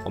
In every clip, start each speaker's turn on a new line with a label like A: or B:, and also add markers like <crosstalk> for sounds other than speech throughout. A: 我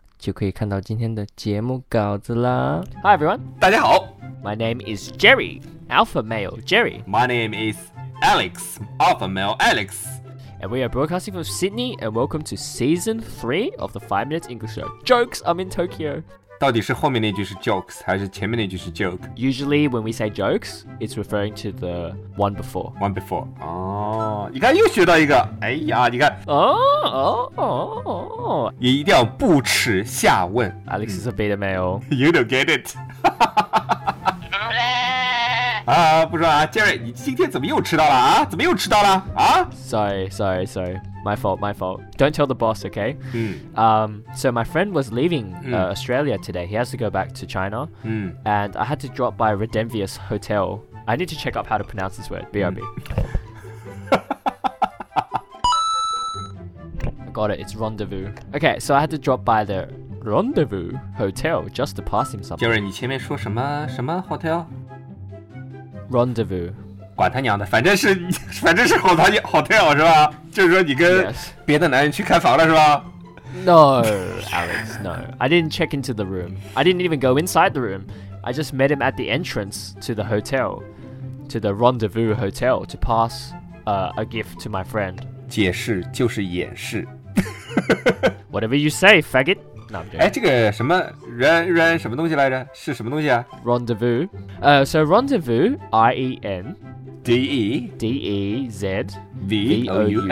B: 就可以看到今天的节目稿子啦。
C: Hi everyone,
D: 大家好
C: my name is Jerry, alpha male Jerry,
D: ，My name is Alex Alpha Male Alex。
C: and we are broadcasting from Sydney. And welcome to season three of the Five Minutes English Show. Jokes, I'm in Tokyo.
D: 到底是后面那句是 jokes 还是前面那句是 joke？One
C: Usually, when we say jokes, it's referring to the one before.
D: before。哦，你看又学到一个。哎呀，你看
C: Oh, oh, oh, oh.
D: 也一定要不耻下问。 <laughs>
C: Alex is a beta male.
D: You don't get it 啊，不说啊，Jerry，你今天怎么又迟到了啊？怎么又迟到了啊？
C: Sorry, sorry, sorry. My fault, my fault. Don't tell the boss, okay?
D: 嗯
C: Um, so my friend was leaving uh, Australia today. He has to go back to China,
D: 嗯
C: and I had to drop by Redenvius Hotel. I need to check up how to pronounce this word. BRB. <laughs> I Got it. It's rendezvous. Okay, so I had to drop by the rendezvous hotel just to pass him something.
D: ，Jerry，你前面说什么什么 hotel？
C: Rendezvous.
D: 管他娘的，反正是 <laughs> 反正是好他 hotel 是吧？就是说你跟
C: Yes.
D: 别的男人去开房了是吧？
C: No, Alex. No, I didn't check into the room. I didn't even go inside the room. I just met him at the entrance to the hotel, to the rendezvous hotel, to pass uh, a gift to my friend.
D: 解释就是掩饰。
C: Whatever you say, faggot. No, I'm joking.
D: 哎，这个什么 run run 什么东西来着？是什么东西啊
C: rendezvous. Uh, so rendezvous, I E N
D: ？D E
C: D E Z
D: V
C: V
D: O
C: O
D: U
C: U
D: S。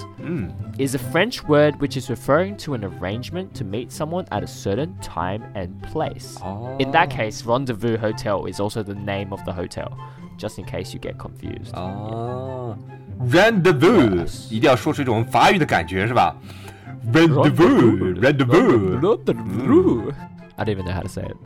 C: S,
D: 嗯
C: is a French word which is referring to an arrangement to meet someone at a certain time and place.
D: 哦
C: In that case, Rendezvous Hotel is also the name of the hotel, just in case you get confused.
D: Uh, 哦，rendezvous 一定要说出一种法语的感觉是吧？rendezvous rendezvous
C: Rendezvous. I don't even know how to say it.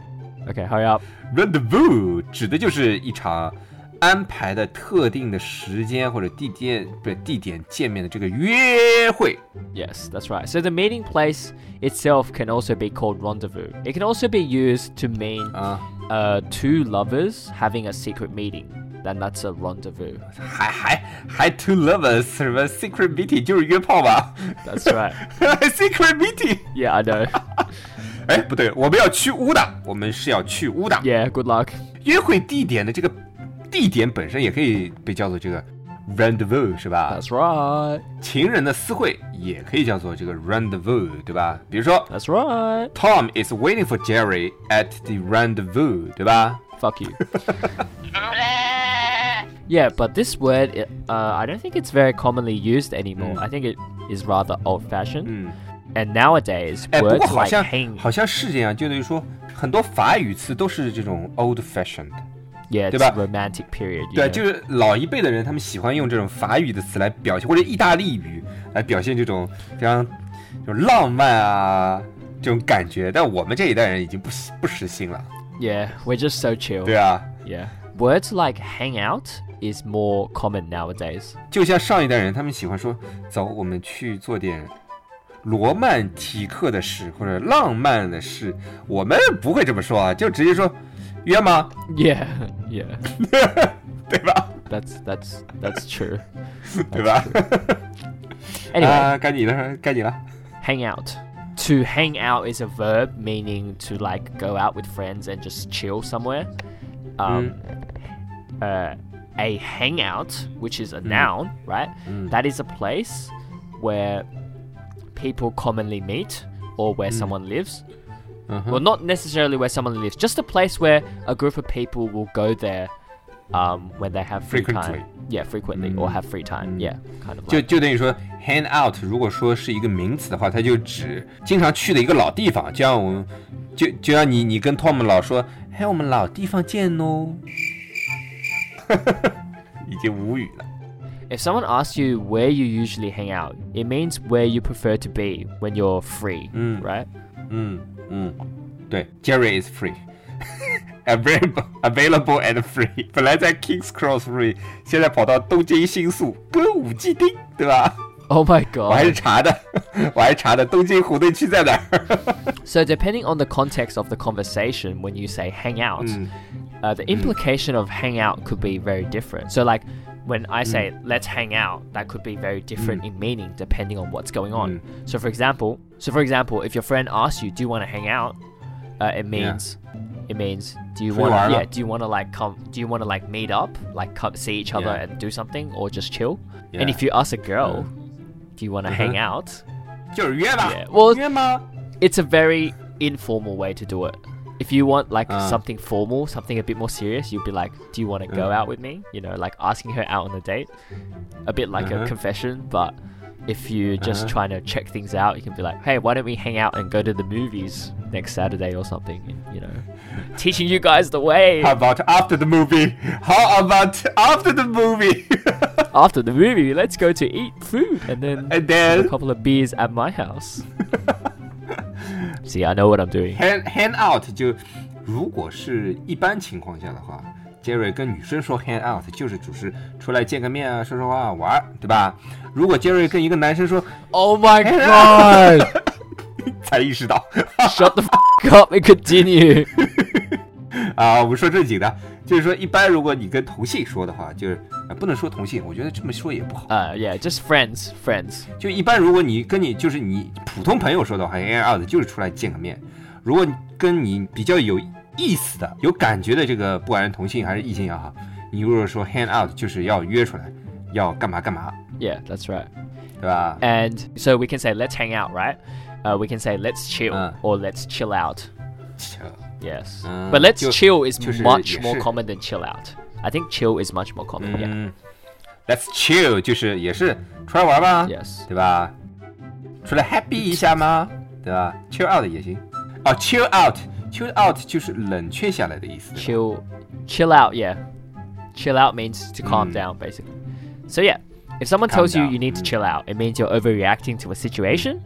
C: Okay, hurry up.
D: rendezvous 指的就是一场安排的特定的时间或者地点，不是地点见面的这个约会。
C: Yes, that's right. So the meeting place itself can also be called rendezvous. It can also be used to mean
D: 啊
C: uh, two lovers having a secret meeting. Then that's a rendezvous.
D: 还还还 two lovers 什么 secret meeting 就是约炮吧
C: That's right.
D: <laughs> ？secret meeting，
C: Yeah,
D: <laughs>
C: I know.
D: 哎，不对，我们要去乌的，我们是要去乌的。
C: Yeah, good luck.
D: 约会地点的这个地点本身也可以被叫做这个 rendezvous 是吧？
C: That's right.
D: 情人的私会也可以叫做这个 rendezvous 对吧？比如说
C: That's right.
D: Tom is waiting for Jerry at the rendezvous 对吧？
C: Fuck you. yeah, but this word, it- uh, I don't think it's very commonly used anymore. I think it is rather old fashioned.
D: Mm.
C: And nowadays,
D: 哎，不
C: words
D: 过好
C: like
D: 像
C: hang.
D: 嗯好像是这样，就等于说很多法语词都是这种 old fashioned。
C: Yeah, it's
D: 对吧？
C: romantic period. You
D: 对，啊
C: know?
D: 就是老一辈的人，他们喜欢用这种法语的词来表现，或者意大利语来表现这种非常这种浪漫啊这种感觉。但我们这一代人已经不喜不实行了，
C: Yeah, we're just so chill.
D: 对啊，
C: Yeah. Words like hang out is more common nowadays.
D: 就像上一代人，他们喜欢说走，我们去做点罗曼蒂克的事或者浪漫的事，我们不会这么说啊，就直接说约吗？
C: Yeah, <laughs> yeah.
D: 对吧？
C: That's that's that's true.
D: 对吧？
C: Anyway,
D: 啊，该你了，该你了。
C: hang out. To hang out is a verb meaning to like go out with friends and just chill somewhere. Um, uh, a hangout, which is a noun, right? That is a place where people commonly meet or where someone lives. Well, not necessarily where someone lives, just a place where a group of people will go there um, when they have free
D: Frequently.
C: time. Yeah, frequently or have free time. Yeah, kind of
D: 就
C: like.
D: 就等于说，hang out 如果说是一个名词的话，它就指经常去的一个老地方。就像我们，就就像你你跟 Tom 老说，哎，我们老地方见哦。 <laughs> 已经无语了。
C: If someone asks you where you usually hang out, it means where you prefer to be when you're free,
D: Mm.
C: right?
D: 嗯嗯，对，Jerry is free。Available, available and free。本 <laughs> 来在 Kings Cross free，现在跑到东京新宿歌舞伎町，对吧？
C: Oh my
D: 我还是
C: god.
D: 查的，我还查的东京湖对区在哪儿。
C: So, depending on the context of the conversation, when you say hang out,
D: 嗯 Mm.
C: uh, the implication of hang out could be very different. So, like when
D: Mm.
C: I say let's hang out, that could be very different in meaning depending on what's going
D: Mm.
C: on. So, for example, so for example, if your friend asks you, "Do you want to hang out?" Uh, it means it means do you
D: Free
C: want
D: wire.
C: yeah do you want to like come do you want to like meet up like come, see each other
D: Yeah.
C: and do something or just chill? And
D: Yeah. Uh-huh.
C: if you ask a girl, "Do you want to hang out?"
D: 就是约吧
C: Yeah. Well,
D: 约吗？
C: it's a very informal way to do it. If you want like
D: Uh.
C: something formal, something a bit more serious, you'd be like, "Do you want to go out with me?" You know, like asking her out on a date, a bit like a
D: Uh-huh.
C: confession. But if you're just
D: Uh-huh.
C: trying to check things out, you can be like, "Hey, why don't we hang out and go to the movies next Saturday or something?" You know, teaching you guys the way
D: How about after the movie? How about after the movie? <laughs>
C: after the movie. Let's go to eat food and then
D: And
C: have
D: then
C: a couple of beers at my house. <laughs> See, I know what I'm doing.
D: hand hand out 就，如果是一般情况下的话，Jerry 跟女生说 hand out 就是只是出来见个面啊，说说话玩儿，对吧？如果 Jerry 跟一个男生说，
C: Oh my
D: Hand out.
C: god!
D: 才意识到 <laughs>
C: Shut the f up and continue. <laughs>
D: 啊，我们说正经的，就是说一般如果你跟同性说的话，就是、啊不能说同性，我觉得这么说也不好。
C: Uh, yeah, just friends, friends.
D: 就一般如果你跟你就是你普通朋友说的话，hand out 就是出来见个面。如果你跟你比较有意思的、有感觉的这个，不管是同性还是异性也好，你如果说 hand out 就是要约出来，要干嘛干嘛，
C: Yeah, that's right.
D: 对吧？
C: And so we can say let's hang out, right? Uh, we can say let's chill
D: Uh.
C: or let's chill out.
D: 切
C: Yes,
D: Uh,
C: but let's
D: chill-
C: chill
D: <laughs>
C: is
D: 就是
C: much
D: 也是
C: more
D: Mm.
C: common than chill out. I think chill is much more common. Yeah.
D: 嗯，Let's chill 就是也是出来玩吧
C: Yes.
D: 对吧？出来 happy 一下吗？对吧？chill out 也行。哦，chill out，chill out 就是冷却下来的意思。对吧
C: Chill, chill out. Yeah. Chill out means to calm
D: Mm.
C: down, basically. So yeah, if someone
D: Calm
C: tells you
D: down.
C: you need to chill out, it means you're overreacting to a situation,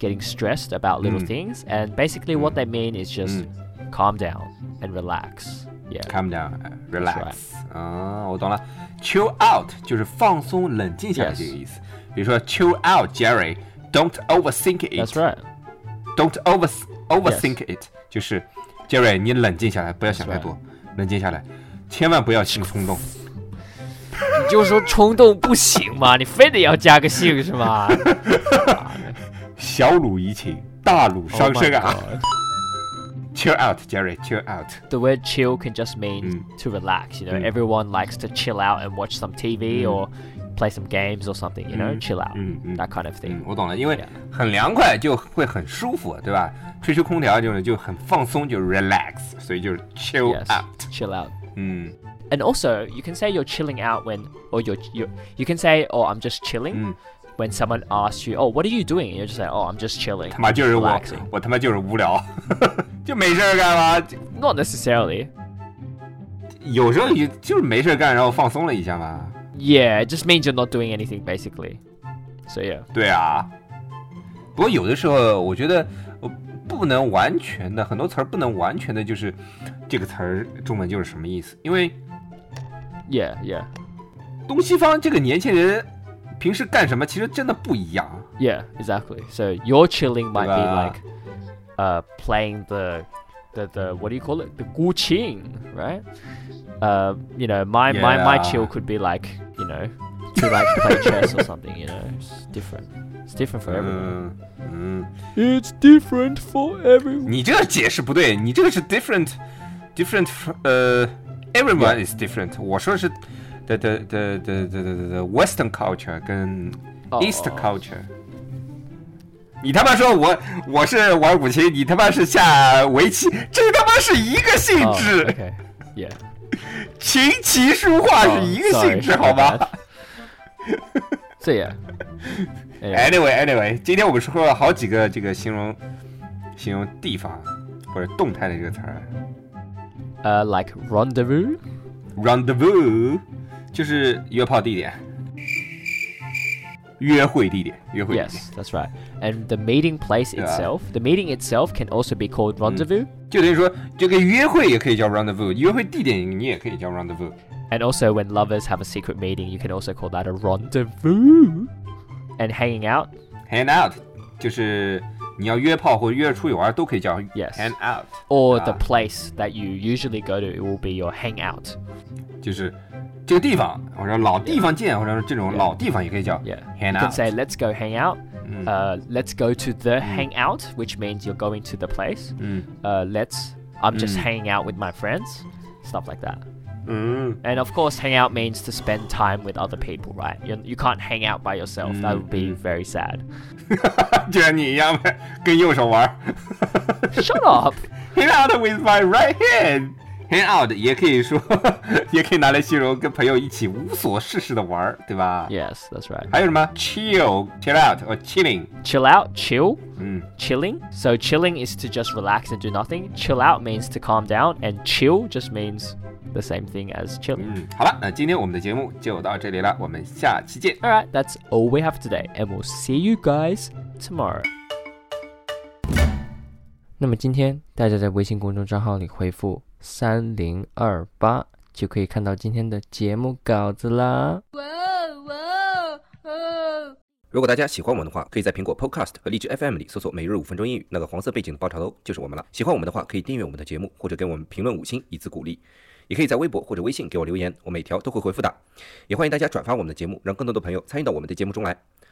C: getting stressed about little
D: Mm.
C: things, and basically
D: Hmm.
C: what they mean is just calm down and relax. Yeah.
D: Calm down, 哎 relax. 啊、我懂了。Chill out 就是放松、冷静下来
C: Yes.
D: 这个意思。比如说，Chill out, Jerry. Don't overthink it.
C: That's right. <laughs>
D: Don't over overthink it. 就是 Jerry，你冷静下来，不要想
C: That's
D: 太
C: right.
D: 多，冷静下来，千万不要心冲动。
C: 你就说冲动不行嘛，你非得要加个性是吗？
D: 小鲁怡情，大鲁
C: Oh
D: <laughs>
C: my
D: 伤身啊。
C: God.
D: <laughs> Chill out, Jerry. Chill out.
C: The word chill can just mean
D: Mm.
C: to relax. You know,
D: Mm.
C: everyone likes to chill out and watch some TV or play some games or something. You know,
D: Mm.
C: chill out,
D: Mm, mm.
C: that kind of
D: 嗯
C: thing.，
D: 我懂了，因为
C: Yeah.
D: 很凉快就会很舒服，对吧？吹吹空调就是就很放松，就是 relax，所以就是 chill
C: Yes,
D: out。
C: chill out.
D: 嗯
C: And also, you can say you're chilling out when, or you're, you you can say, oh, I'm just chilling.
D: Mm.
C: When someone asks you, oh, what are you doing? And you're just like, oh, I'm just chilling.
D: 他妈就是我
C: relaxing.，
D: 我他妈就是无聊， <laughs> 就没事儿干嘛？就
C: Not necessarily.
D: 有时候也就是没事儿干，然后放松了一下嘛。
C: Yeah, it just means you're not doing anything, basically. So yeah.
D: 对啊，不过有的时候我觉得呃不能完全的，很多词儿不能完全的，就是这个词儿中文就是什么意思，因为
C: Yeah, yeah,
D: 东西方这个年轻人平时干什么，其实真的不一样。啊
C: yeah, exactly. So your chilling might be
D: Wow.
C: like uh playing the the the what do you call it? The gu qing, right? Uh, you know, my, my my
D: Yeah.
C: chill could be like, you know, to like
D: <laughs>
C: play chess or something, you know. It's different. It's different for everyone.
D: 嗯嗯，
C: It's different for everyone.
D: 你这个解释不对，你这个是 different different 呃，everyone is different。我说是 the the the the the the- the Western culture 跟 East
C: 哦
D: culture。你他妈说我我是玩古琴，你他妈是下围棋，这他妈是一个性
C: Oh,
D: 质，
C: okay. Yeah.
D: 琴棋书画是
C: Oh,
D: 一个
C: sorry,
D: 性质，
C: my
D: 好吧
C: bad.
D: <laughs>
C: So yeah. Anyway.
D: ？Anyway Anyway，今天我们说了好几个这个形容形容地方或者动态的这个词儿。
C: Uh, like rendezvous.
D: Rendezvous 就是约炮地点，约会地点，约会地点
C: Yes, that's right. And the meeting place
D: Yeah. Mm.
C: itself, the meeting itself can also be called rendezvous.
D: 就等于说这个约会也可以叫 rendezvous，约会地点你也可以叫 rendezvous。
C: And also, when lovers have a secret meeting, you can also call that a rendezvous. And hanging out,
D: Hang out 就是你要约炮或者约着出去玩都可以叫
C: Yes
D: hang out，
C: or the
D: Ah.
C: place that you usually go to, it will be your hangout.
D: 就是这个地方或者老地方见，或者是这种老地方也可以叫
C: Yeah.
D: hang
C: you can say,
D: out。
C: let's go hang out.
D: Mm.
C: Uh, let's go to the hangout, which means you're going to the place.
D: 嗯
C: Uh, let's, I'm just
D: Mm.
C: hanging out with my friends. Stuff like that.
D: 嗯
C: And of course, hang out means to spend time with other people, right? You, you can't hang out by yourself. That would be very sad.
D: <laughs>
C: <laughs>
D: 就像你一样呗，跟右手玩。
C: Shut up!
D: Hang out with my right hand。Hang out 也可以说， <laughs> 也可以拿来形容跟朋友一起无所事事的玩儿，对吧
C: <laughs> Yes, that's right.
D: 还有什么 chill、chill out 或 chilling？
C: Chill out, chill,
D: 嗯
C: chilling. So, chilling is to just relax and do nothing. Chill out means to calm down, and chill just means the same thing as chilling.
D: 嗯，好了，那今天我们的节目就到这里了，我们下期见。
C: All right, that's all we have today, and we'll see you guys tomorrow.
B: 那么今天大家在微信公众账号里回复三零二八，就可以看到今天的节目稿子啦。
E: Whoa, whoa, oh.
A: 如果大家喜欢我们的话，可以在苹果 Podcast 和荔枝 FM 里搜索“每日五分钟英语”，那个黄色背景的爆炒头就是我们了。喜欢我们的话，可以订阅我们的节目，或者给我们评论五星以资鼓励。也可以在微博或者微信给我留言，我每条都会回复的。也欢迎大家转发我们的节目，让更多的朋友参与到我们的节目中来。